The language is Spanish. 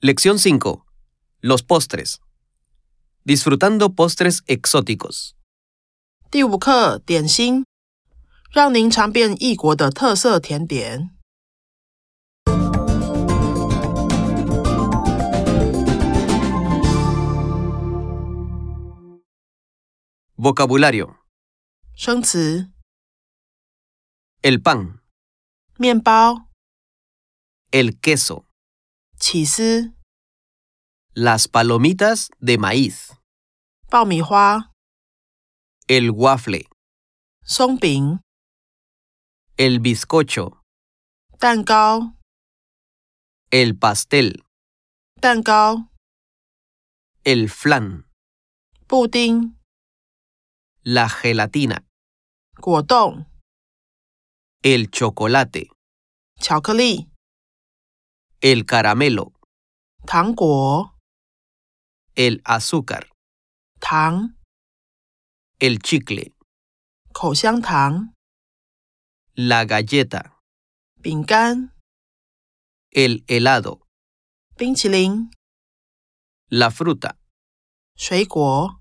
Lección 5. Los postres. Disfrutando postres exóticos. 第五课点心，让您尝遍异国的特色甜点。 Vocabulario. 生词： El pan, 面包、 el queso, 起司、 las palomitas de maíz, 爆米花、 el waffle, 松饼、 el bizcocho, 蛋糕、 el pastel, 蛋糕、 el flan, 布丁、 la gelatina, 果冻、 el chocolate, 巧克力、 el caramelo, 糖果、 el azúcar, 糖、 el chicle, 口香糖、 la galleta, 饼干、 el helado, 冰淇淋、 la fruta. 水果。